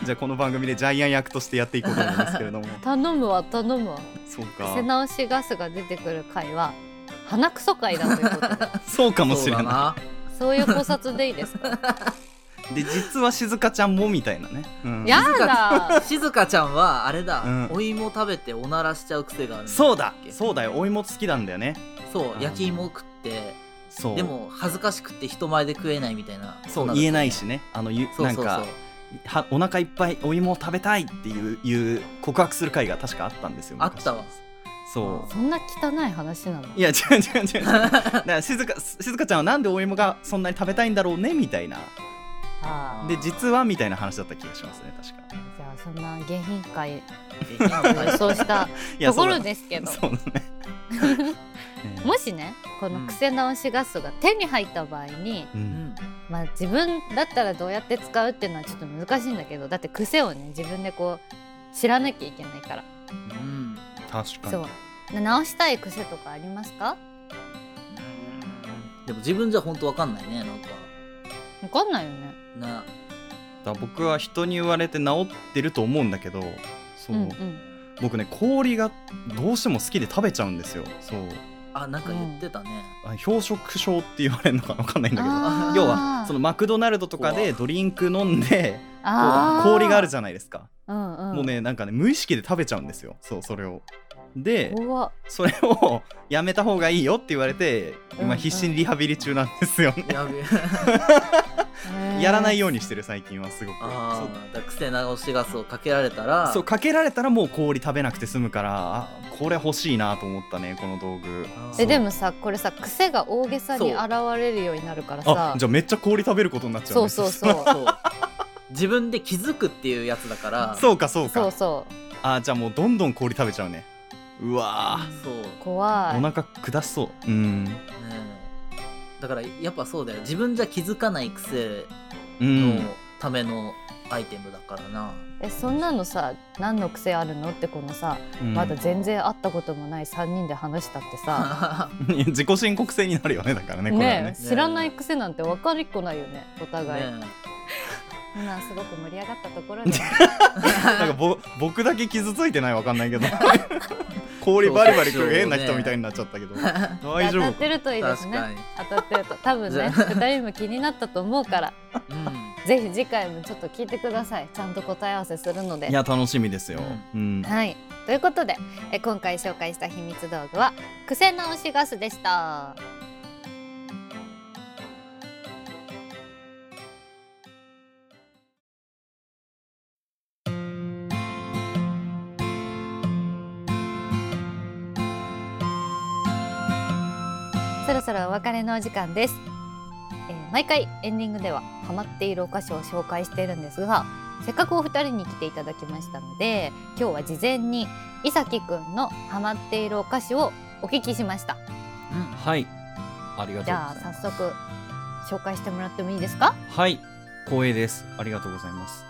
Speaker 3: じゃあこの番組でジャイアン役としてやっていこうと思うんですけれども
Speaker 1: 頼むわ頼むわ
Speaker 3: そうか
Speaker 1: 癖直しガスが出てくる回は鼻くそ回だということで
Speaker 3: そうかもしれ
Speaker 2: そうだ
Speaker 3: な
Speaker 2: な
Speaker 1: そういう考察でいいですか
Speaker 3: いで実は静香ちゃんもみたいなね、うん
Speaker 1: やだ
Speaker 2: 静香ちゃんはあれだ、
Speaker 3: うん
Speaker 2: お芋食べておならしちゃう癖があるん
Speaker 3: そうだそううだよお芋好きなんだよね
Speaker 2: そう焼き芋食って
Speaker 3: そう
Speaker 2: でも恥ずかしくて人前で食えないみたいな
Speaker 3: そう
Speaker 2: 女の子
Speaker 3: 言えないしねあのゆ
Speaker 2: そうそうそう
Speaker 3: なんかはお腹いっぱいお芋を食べたいっていういう告白する回が確かあったんですよ
Speaker 2: あったわ
Speaker 3: 昔 そ
Speaker 1: そんな汚い話なの
Speaker 3: ういや違う違う違う違うだから静香静香ちゃんはなんでお芋がそんなに食べたいんだろうねみたいな
Speaker 1: あ
Speaker 3: で実はみたいな話だった気がしますね確か
Speaker 1: あじゃあそんな下品回
Speaker 2: できなかった
Speaker 1: 予想した
Speaker 3: いや
Speaker 1: とこ
Speaker 3: そうだ
Speaker 1: ろですけど
Speaker 3: そうだね ね
Speaker 1: もしねこの癖直しガスが手に入った場合に、
Speaker 2: う
Speaker 3: う
Speaker 2: んん
Speaker 1: まあ自分だったらどうやって使うっていうのはちょっと難しいんだけどだって癖をね自分でこう知らなきゃいけないから、
Speaker 2: うん
Speaker 3: 確かに
Speaker 1: そうな直したい癖とかありますか
Speaker 2: でも自分じゃ本当わかんないねなんか
Speaker 1: わかんないよね
Speaker 2: な
Speaker 3: だから僕は人に言われて治ってると思うんだけどそう、
Speaker 1: んうん
Speaker 3: 僕ね氷がどうしても好きで食べちゃうんですよそう
Speaker 2: あなんか言ってたね、
Speaker 3: あ氷食症って言われるのか分かんないんだけど
Speaker 1: あー
Speaker 3: 要はそのマクドナルドとかでドリンク飲んでこ
Speaker 1: あ
Speaker 3: う氷がある
Speaker 1: じ
Speaker 3: じゃないですか
Speaker 1: ゃん、うんうん、
Speaker 3: もうねなんかね無意識で食べちゃうんですよそうそれをで
Speaker 1: 怖っ
Speaker 3: それをやめた方がいいよって言われ
Speaker 1: うん
Speaker 3: て
Speaker 1: う
Speaker 3: 今
Speaker 1: ん
Speaker 3: 必死にリハビリ中なんですよね、
Speaker 2: やべえ
Speaker 3: やらない
Speaker 1: よ
Speaker 3: ようにしてる最近はすごく
Speaker 2: ああだから癖直しガスをかけられた
Speaker 3: そう
Speaker 2: ら
Speaker 3: そうかけられたらもう氷食べなくて済むからあこれ欲しいなと思ったねこの道具
Speaker 2: あー
Speaker 1: えでもさこれさ癖が大げさに
Speaker 2: そう
Speaker 1: 現れるようになるから
Speaker 3: あ
Speaker 1: さ
Speaker 3: じゃあめっちゃ氷食べることになっちゃう
Speaker 1: そ
Speaker 3: ね
Speaker 1: うそう
Speaker 3: し
Speaker 1: そ
Speaker 3: たら
Speaker 1: う
Speaker 2: そう自分で気づくっていうやつだから
Speaker 3: そうかそうか
Speaker 1: そうそう
Speaker 3: あじゃあもうどんどん氷食べちゃうねうわ
Speaker 2: そうね
Speaker 1: 怖
Speaker 3: ー、
Speaker 1: い
Speaker 3: お腹下しそううん
Speaker 2: えだからやっぱそうだよ自分じゃ気づかない癖
Speaker 3: う
Speaker 2: の
Speaker 3: ん
Speaker 2: ためのアイテムだからな、
Speaker 1: えそんなのさ何の癖あるのってこのさ
Speaker 3: うん
Speaker 1: まだ全然会ったこともない3人で話したってさ、
Speaker 3: 自己申告制になるよねだから ねこれはね
Speaker 1: ねえ知らない癖なんて分かりっこないよねお互い、
Speaker 2: ね
Speaker 1: 今すごく盛り上がったところで
Speaker 3: なんかぼ僕だけ傷ついてないわかんないけ ど氷バリバリ食う変な人みたいになっちゃったけど 大
Speaker 1: 当た
Speaker 3: 丈夫
Speaker 1: っ
Speaker 3: か
Speaker 1: てるといいです
Speaker 2: 確か
Speaker 1: ね
Speaker 2: に、
Speaker 1: 当たってると多分ね2人も気になったと思うから
Speaker 2: うん、
Speaker 1: ぜひ次回もちょっと聞いてくださいちゃんと答え合わせするので
Speaker 3: いや楽しみですよ、うん、
Speaker 1: はいということでえ今回紹介した秘密道具は癖直しガスでしたそろそろお別れのお時間です、えー毎回エンディングではハマっているお菓子を紹介しているんですがせっかくお二人に来ていただきましたので今日は事前に伊崎くんのハマっているお菓子をお聞きしました
Speaker 3: はいありが
Speaker 1: じゃあ早速紹介してもらってもいいですか
Speaker 3: はい、光栄です。ありがとうございます。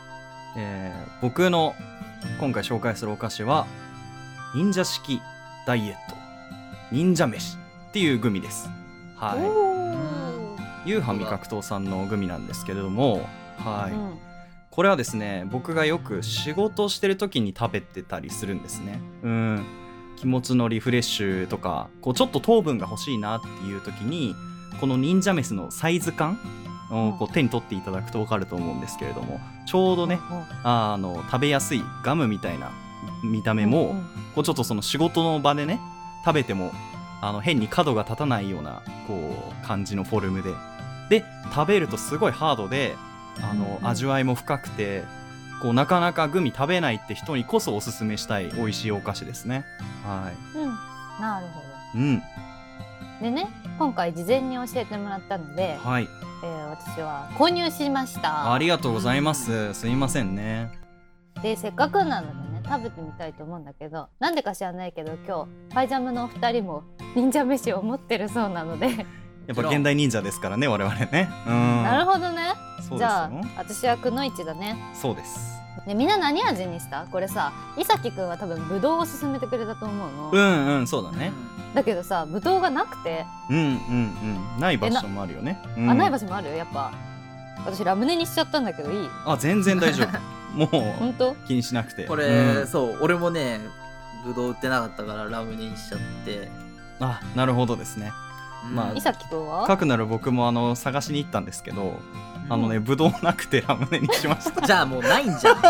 Speaker 3: えー僕の今回紹介するお菓子は、忍者式ダイエット、忍者飯っていうグミです。は
Speaker 1: おー
Speaker 3: い、夕飯味覚糖さんのグミなんですけれども、はい
Speaker 1: うん
Speaker 3: これはですね僕がよく仕事してる時に食べてたりするんですねうん気持ちのリフレッシュとかこうちょっと糖分が欲しいなっていう時にこの忍者メスのサイズ感をこう手に取っていただくと分かると思うんですけれどもちょうどねあの食べやすいガムみたいな見た目も、
Speaker 1: うん
Speaker 3: こうちょっとその仕事の場でね食べてもあの変に角が立たないようなこう感じのフォルムでで食べるとすごいハードであの、
Speaker 1: うん
Speaker 3: 味わいも深くてこうなかなかグミ食べないって人にこそおすすめしたい美味しいお菓子ですねは
Speaker 1: うんなるほ
Speaker 3: いうん
Speaker 1: どでね今回事前に教えてもらったので、
Speaker 3: はい
Speaker 1: えー私は購入しました
Speaker 3: ありがとうございますすいませんね
Speaker 1: でせっかくなのでね食べてみたいと思うんだけどなんでか知らないけど今日パイジャムのお二人も忍者飯を持ってるそうなので、
Speaker 3: やっぱ現代忍者ですからね我々ねうん
Speaker 1: なるほどね
Speaker 3: そ
Speaker 1: じ
Speaker 3: うです
Speaker 1: ゃあ
Speaker 3: よ
Speaker 1: 私はくのいちだね
Speaker 3: そうです
Speaker 1: ねみんな何味にしたこれさいさきくんは多分ぶどうを勧めてくれたと思うの、
Speaker 3: うんうんそうだね
Speaker 1: だけどさぶどうがなくて
Speaker 3: うんうんうんない場所もあるよねうん
Speaker 1: あない場所もあるやっぱ私ラムネにしちゃったんだけどいい
Speaker 3: あ全然大丈夫も
Speaker 1: 本当
Speaker 3: う気にしなくて
Speaker 2: これ、
Speaker 3: うん
Speaker 2: そう俺もねぶどう売ってなかったからラムネにしちゃって、
Speaker 3: あなるほどですねまあ
Speaker 1: いさきくんは
Speaker 3: かくなる僕もあの探しに行ったんですけど
Speaker 2: うん
Speaker 3: あのねぶどうなくてラムネにしま した
Speaker 2: じゃあもうないんじゃん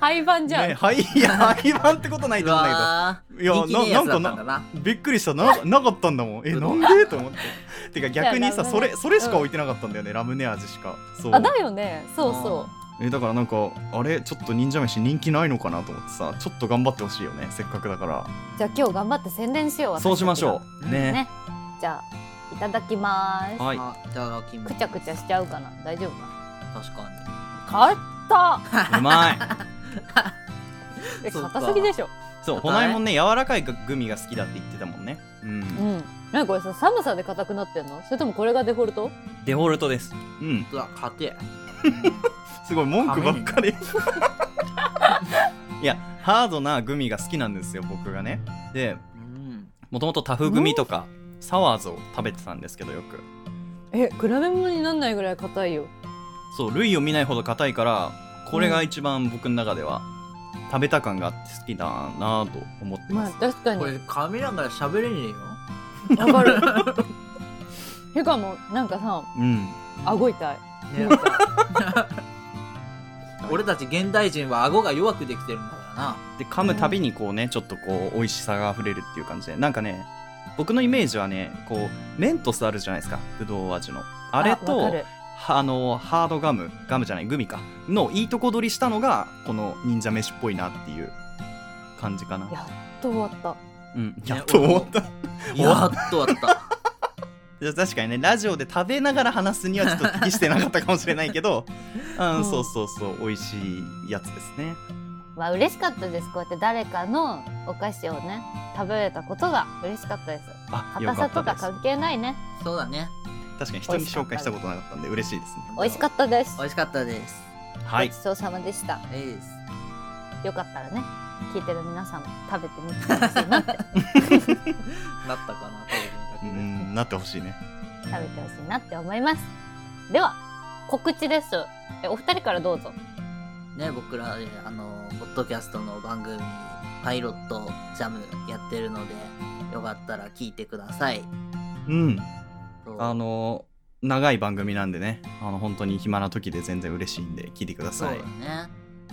Speaker 1: 廃盤じゃん、
Speaker 3: ねはいいや廃盤ってことないと思うんだ
Speaker 2: わ
Speaker 3: けどい
Speaker 2: ー
Speaker 3: や
Speaker 2: 人気ねえやつだ
Speaker 3: な
Speaker 2: った
Speaker 3: なん
Speaker 2: ん
Speaker 3: か
Speaker 2: だな
Speaker 3: なびっくりしたななかったんだもんえなんでと思っててか逆にさ
Speaker 1: いやラムネ
Speaker 3: それそれし
Speaker 1: う
Speaker 3: か
Speaker 1: ん
Speaker 3: 置いてなかったんだよねラムネ味しかそう
Speaker 1: あだよねそうそ
Speaker 3: えだからなんかあれちょっと忍者飯人気ないのかなと思ってさちょっと頑張ってほしいよねせっかくだか
Speaker 1: うじゃあ今日頑張って宣伝しよう
Speaker 3: らそうしましょ
Speaker 2: う
Speaker 3: う
Speaker 2: ん
Speaker 1: う
Speaker 3: ね
Speaker 1: ねじゃあいただきます
Speaker 3: はい
Speaker 2: あいただきま
Speaker 1: く
Speaker 2: す
Speaker 1: ちゃくちゃしちゃうかな大丈夫か
Speaker 2: 確か
Speaker 1: 買った
Speaker 3: うまい
Speaker 1: え
Speaker 2: そうか
Speaker 1: 硬すぎでしょ
Speaker 3: そう、
Speaker 2: 硬
Speaker 3: ホ
Speaker 2: い
Speaker 3: ナイもね、柔らかいグミが好きだって言ってたもんね。うん。
Speaker 1: うん何これさ寒さで硬くなってんのそれともこれがデフォルト
Speaker 3: デフォルトです。うん。
Speaker 2: にうわ勝て
Speaker 3: すごい、文句ばっかり。 いや、ハードなグミが好きなんですよ、僕がね。で、
Speaker 2: うん
Speaker 3: もともとタフグミとか、サワーズを食べてたんですけど、よく。
Speaker 1: え比べ物になんないぐらい硬いよ
Speaker 3: そう、類を見ないほど硬いから、これが一番僕の中では、食べた感があって好きだなぁと思ってま
Speaker 1: ますあ。確か
Speaker 2: こ
Speaker 1: に
Speaker 2: れ髪ながら喋れねえよ
Speaker 1: わかるしかもなんかさ
Speaker 3: うん。
Speaker 1: 顎痛い
Speaker 2: ね俺たち現代人は顎が弱くできてるんだからな
Speaker 3: で噛むたびにこうねちょっとこう美味しさが溢れるっていう感じでなんかね僕のイメージはねこうメントスあるじゃないですかぶどう味のあれ
Speaker 1: わか
Speaker 3: と
Speaker 1: る
Speaker 3: はあのハードガムガムじゃないグミかのいいとこ取りしたのがこの忍者飯っぽいなっていう感じかな
Speaker 1: やっと終わった
Speaker 3: うん、やっと終わった終
Speaker 2: や
Speaker 3: わ
Speaker 2: っと終わった
Speaker 3: じゃあ確かにねラジオで食べながら話すにはちょっと適してなかったかもしれないけど、うん
Speaker 1: うん
Speaker 3: そうそうそう美味しいやつですね
Speaker 1: まあ嬉しかったですこうやって誰かのお菓子をね食べれたことが嬉しかったです
Speaker 3: あよ
Speaker 1: 硬
Speaker 3: か
Speaker 1: さ
Speaker 3: った
Speaker 1: と
Speaker 3: で
Speaker 1: か
Speaker 3: す
Speaker 1: 関係ないね
Speaker 2: そうだね
Speaker 3: 確かに人に紹介したことなかったんで嬉しいですね
Speaker 1: 美味しかったです
Speaker 2: 美味しかったです
Speaker 3: はい
Speaker 1: ごちそうさまでした
Speaker 2: えいです
Speaker 1: よかったらね聞いてる皆さんも食べてみてほしいなって
Speaker 2: なったかな食べてみ
Speaker 3: う
Speaker 2: たくね
Speaker 3: んなってほしいね
Speaker 1: 食べてほしいなって思いますでは告知ですえお二人からどうぞ
Speaker 2: ね僕らねあのポッドキャストの番組パイロットジャムやってるのでよかったら聞いてください
Speaker 3: うん
Speaker 2: そう
Speaker 3: あの長い番組なんでねあの本当に暇な時で全然嬉しいんで聞いてくだ
Speaker 2: そう
Speaker 3: さ
Speaker 2: だ
Speaker 3: い
Speaker 2: ね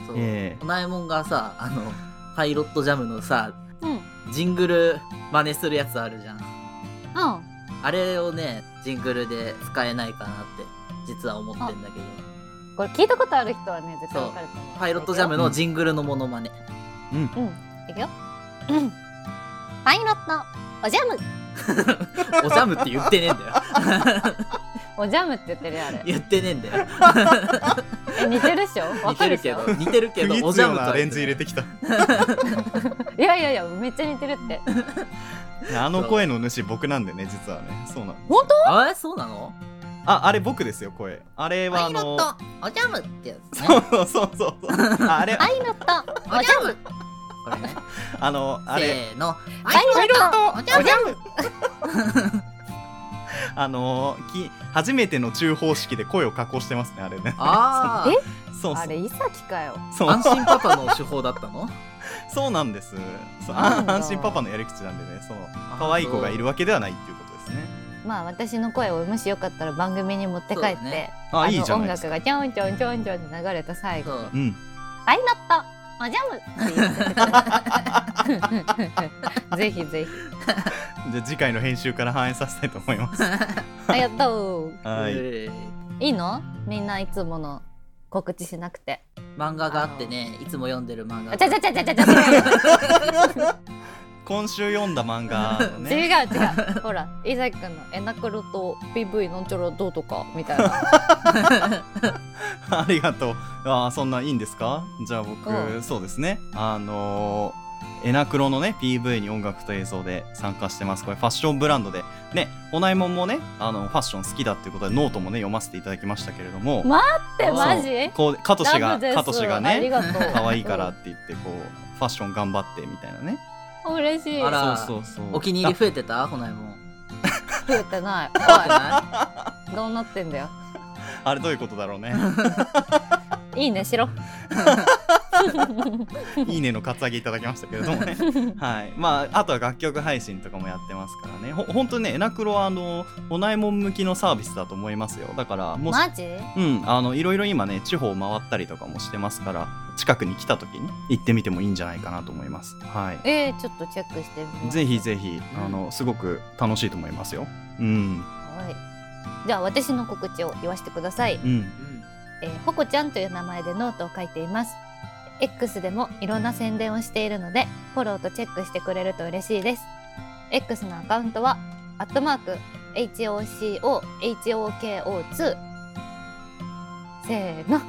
Speaker 2: そう
Speaker 3: ええ
Speaker 2: おなえもんがさあのパイロットジャムのさ
Speaker 1: うんうん
Speaker 2: ジングル真似するやつあるじゃんあれをねジングルで使えないかなって実は思ってんだけど
Speaker 1: これ聞いたことある人はね絶対わかると思う
Speaker 2: パイロットジャムのジングルのモノマネ
Speaker 1: うんいくよ、うん、パイロットおジャム
Speaker 2: おジャムって言ってねえんだよ
Speaker 1: おジャムって言ってるよあれ
Speaker 2: 言ってねえん だよ
Speaker 1: え似てるっしょわか
Speaker 2: 似て
Speaker 1: る
Speaker 2: る
Speaker 1: っし
Speaker 2: け
Speaker 1: ょ
Speaker 2: ど似てるけど
Speaker 3: 次
Speaker 2: おジャ
Speaker 3: 強
Speaker 2: ムと
Speaker 3: な
Speaker 2: は
Speaker 3: アレ
Speaker 2: 言っ
Speaker 3: ン
Speaker 2: てない
Speaker 3: ジ入れてきた
Speaker 1: いやいやいやめっちゃ似てるって
Speaker 3: あの声の主僕なんでね実はねそうなの
Speaker 2: あれそうなの
Speaker 3: ああれ僕ですよ声あれはあの
Speaker 2: おジャムってやつね
Speaker 3: そうそうそうそうあれ
Speaker 1: パイロット
Speaker 2: おジャムこれね。
Speaker 3: あのあれ
Speaker 2: せーの。
Speaker 1: パイロット
Speaker 2: パイロットおじゃむ
Speaker 3: あのき初めての中方式で声を加工してますねあれね
Speaker 2: ああ。
Speaker 3: そうそ
Speaker 1: あ
Speaker 3: う
Speaker 1: れイサキかよ
Speaker 3: そう
Speaker 2: 安心パパの手法だったの
Speaker 3: そうなんですそう
Speaker 1: な
Speaker 3: あ
Speaker 1: んだ
Speaker 3: 安心パパのやり口なんでねその可愛い子がいるわけではないっていうことですね
Speaker 1: まあ私の声をもしよかったら番組に持って帰っ
Speaker 2: そうだ
Speaker 1: て、
Speaker 2: ね
Speaker 3: あ
Speaker 1: あ
Speaker 3: いいじ
Speaker 1: の
Speaker 3: ゃ
Speaker 1: 音
Speaker 3: ないですか
Speaker 1: 楽がちょんちょんちょんちょんって流れた最後
Speaker 2: そう
Speaker 1: に
Speaker 3: うん
Speaker 1: 「パイロットおジャム」って言って ぜひぜひ
Speaker 3: じゃあ次回の編集から反映させたいと思います。
Speaker 1: あや ったー
Speaker 3: は
Speaker 2: う
Speaker 3: い。
Speaker 2: ー
Speaker 1: いいのみんないつもの告知しなくて
Speaker 2: 漫画があってねいつも読んでる漫画
Speaker 1: あ
Speaker 2: が
Speaker 1: ちゃちゃちゃちゃちゃちゃ違う
Speaker 3: 今週読んだ漫画 の
Speaker 1: 違う
Speaker 3: ね。
Speaker 1: 違うほら伊崎くんの「エナクロと PV のんちょろどうとか」みたい な
Speaker 3: ありがとう。あーそんないいんですか？じゃあ僕、
Speaker 1: うん
Speaker 3: そうですね。あのーエナクロのね PV に音楽と映像で参加してますこれファッションブランドでねおないもんもねあのファッション好きだっていうことでノートもね読ませていただきましたけれども
Speaker 1: マってマジ
Speaker 3: そうこうカトシ
Speaker 1: ラ
Speaker 3: が
Speaker 1: ブです
Speaker 3: カトシが
Speaker 1: あり
Speaker 3: ね
Speaker 1: がとう
Speaker 3: 可愛いからって言ってこうファッション頑張ってみたいなね
Speaker 1: うん嬉しい
Speaker 2: あら
Speaker 3: そうそうそう
Speaker 2: お気に入り増えてたほないも ん
Speaker 1: 増えて ない
Speaker 2: 増えてな
Speaker 1: おいどうなってんだよ
Speaker 3: ああれどういうことだろうね
Speaker 1: いいね しろ
Speaker 3: いいねのカツアゲいただきましたけれどもね。はい。まあ、あとは楽曲配信とかもやってますからね。ほほんとね、エナクロは、あの、おないもん向きのサービスだと思いますよ。だから、もし、
Speaker 1: マジ
Speaker 3: うん、あの、いろいろ今ね、地方回ったりとかもしてますから、近くに来た時に行ってみてもいいんじゃないかなと思います。はい。
Speaker 1: えー、ちょっとチェックしてみます
Speaker 3: ぜひぜひ、あの、すごく楽しいと思いますよ。うん、
Speaker 1: はいじゃあ私の告知を言わせてください
Speaker 3: うん、
Speaker 1: えーほこちゃんという名前でノートを書いています。X でもいろんな宣伝をしているので、フォローとチェックしてくれると嬉しいです。X のアカウントは、アットマーク、HOCOHOKO2。せーの、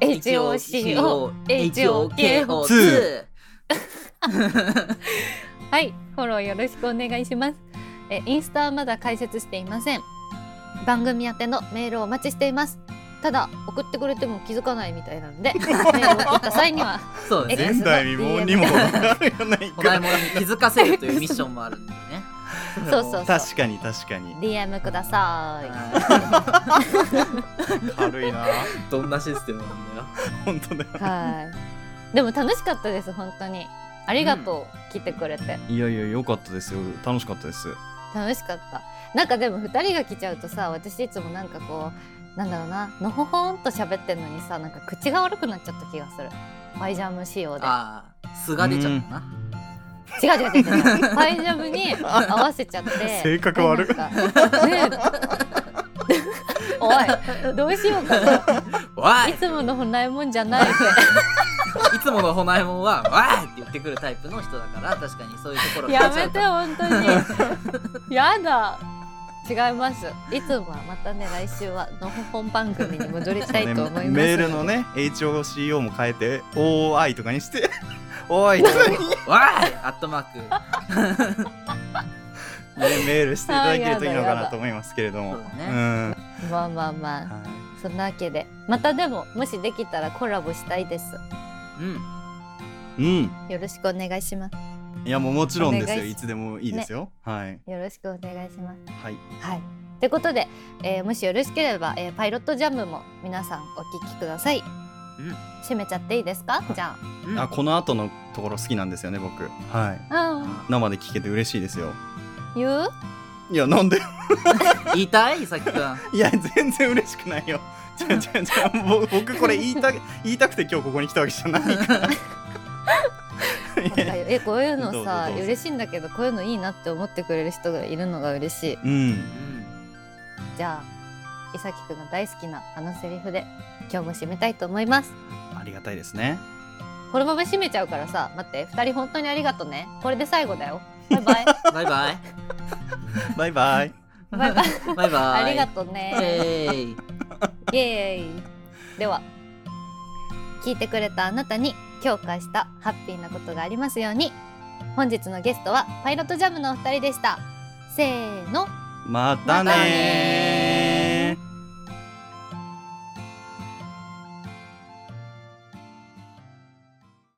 Speaker 1: HOCO。
Speaker 2: HOKO2
Speaker 1: はい、フォローよろしくお願いします。え、インスタはまだ開設していません。番組宛てのメールをお待ちしています。ただ、送ってくれても気づかないみたいなので、メールを送った際には、
Speaker 2: そう
Speaker 1: え
Speaker 2: です
Speaker 3: 前
Speaker 2: ね
Speaker 3: 代未聞にも分かるよ ね。
Speaker 2: ほないもんに気づかせるというミッションもあるんでね
Speaker 1: そうそうそう。
Speaker 3: 確かに確かに
Speaker 1: DM ください。
Speaker 2: は
Speaker 3: 軽いな
Speaker 2: いどんなシステムなんだよ
Speaker 3: 本当だよ
Speaker 1: はい。でも楽しかったです本当に。ありがとう、来てくれて
Speaker 3: いやいや良かったですよ楽しかったです
Speaker 1: 楽しかった。なんかでも二人が来ちゃうとさ、私いつもなんかこうなんだろうなのほほんと喋ってんのにさ、なんか口が悪くなっちゃった気がする。パイジャム仕様で。
Speaker 2: ああ素が出ちゃったな
Speaker 1: 違う違う違う違う。パイジャムに合わせちゃって。
Speaker 3: 性格悪い
Speaker 1: でなんかねえ おいどうしようかな
Speaker 2: わい
Speaker 1: い
Speaker 2: い
Speaker 1: つものほないもんじゃないって
Speaker 2: つものほないもんはわいって言ってくるタイプの人だから確かにそういうところが
Speaker 1: や
Speaker 2: 出ちゃ
Speaker 1: め
Speaker 2: う
Speaker 1: て
Speaker 2: と
Speaker 1: 本当にやだ違いますいつもはまたね来週はのほほん番組に戻りたいと思います、
Speaker 3: ね メールのね HOCO も変えて OI とかにして OI と かに、ね、
Speaker 2: わいアットマーク
Speaker 3: メールしていただけるといいのかなと思いますけれども
Speaker 2: そうだね
Speaker 3: んは
Speaker 1: まあまあまあそんなわけでまたでももしできたらコラボしたいです
Speaker 2: うん
Speaker 3: いうん
Speaker 1: よろしくお願いします
Speaker 3: いやもうもちろんです
Speaker 1: お
Speaker 3: よ
Speaker 1: 願いし
Speaker 3: いつでもいいですよ、はい
Speaker 1: よろしくお願いします
Speaker 3: はい
Speaker 1: はいということで、えーもしよろしければ、えーパイロットジャムも皆さんお聞きください、
Speaker 2: ん
Speaker 1: 締めちゃっていい ですかじゃ
Speaker 2: うん
Speaker 3: あこの後のところ好きなんですよね僕はい
Speaker 1: あうん
Speaker 3: 生で聞けて嬉しいですよ
Speaker 1: 言う
Speaker 3: いやなんで
Speaker 2: 言いたいさっきくん
Speaker 3: いや全然嬉しくないよじゃじゃじゃ僕これ言いた言いたくて今日ここに来たわけじゃないからい
Speaker 1: わか
Speaker 3: や
Speaker 1: るえこういうのさ
Speaker 3: どうぞどうぞ
Speaker 1: 嬉しいんだけどこういうのいいなって思ってくれる人がいるのが嬉しい
Speaker 3: うん
Speaker 2: うん
Speaker 1: じゃあ伊崎くんの大好きなあのセリフで今日も締めたいと思います
Speaker 3: ありがたいですね
Speaker 1: このまま締めちゃうからさ待って二人本当にありがとうねこれで最後だよバイバイ
Speaker 2: バイバイ
Speaker 3: バイバイ
Speaker 1: バイバイ
Speaker 2: バイバイ
Speaker 1: ありがとうね
Speaker 2: えー
Speaker 1: イエーイでは聞いてくれたあなたに強化したハッピーなことがありますように本日のゲストはパイロットジャムのお二人でしたせーの
Speaker 3: またね
Speaker 1: またねー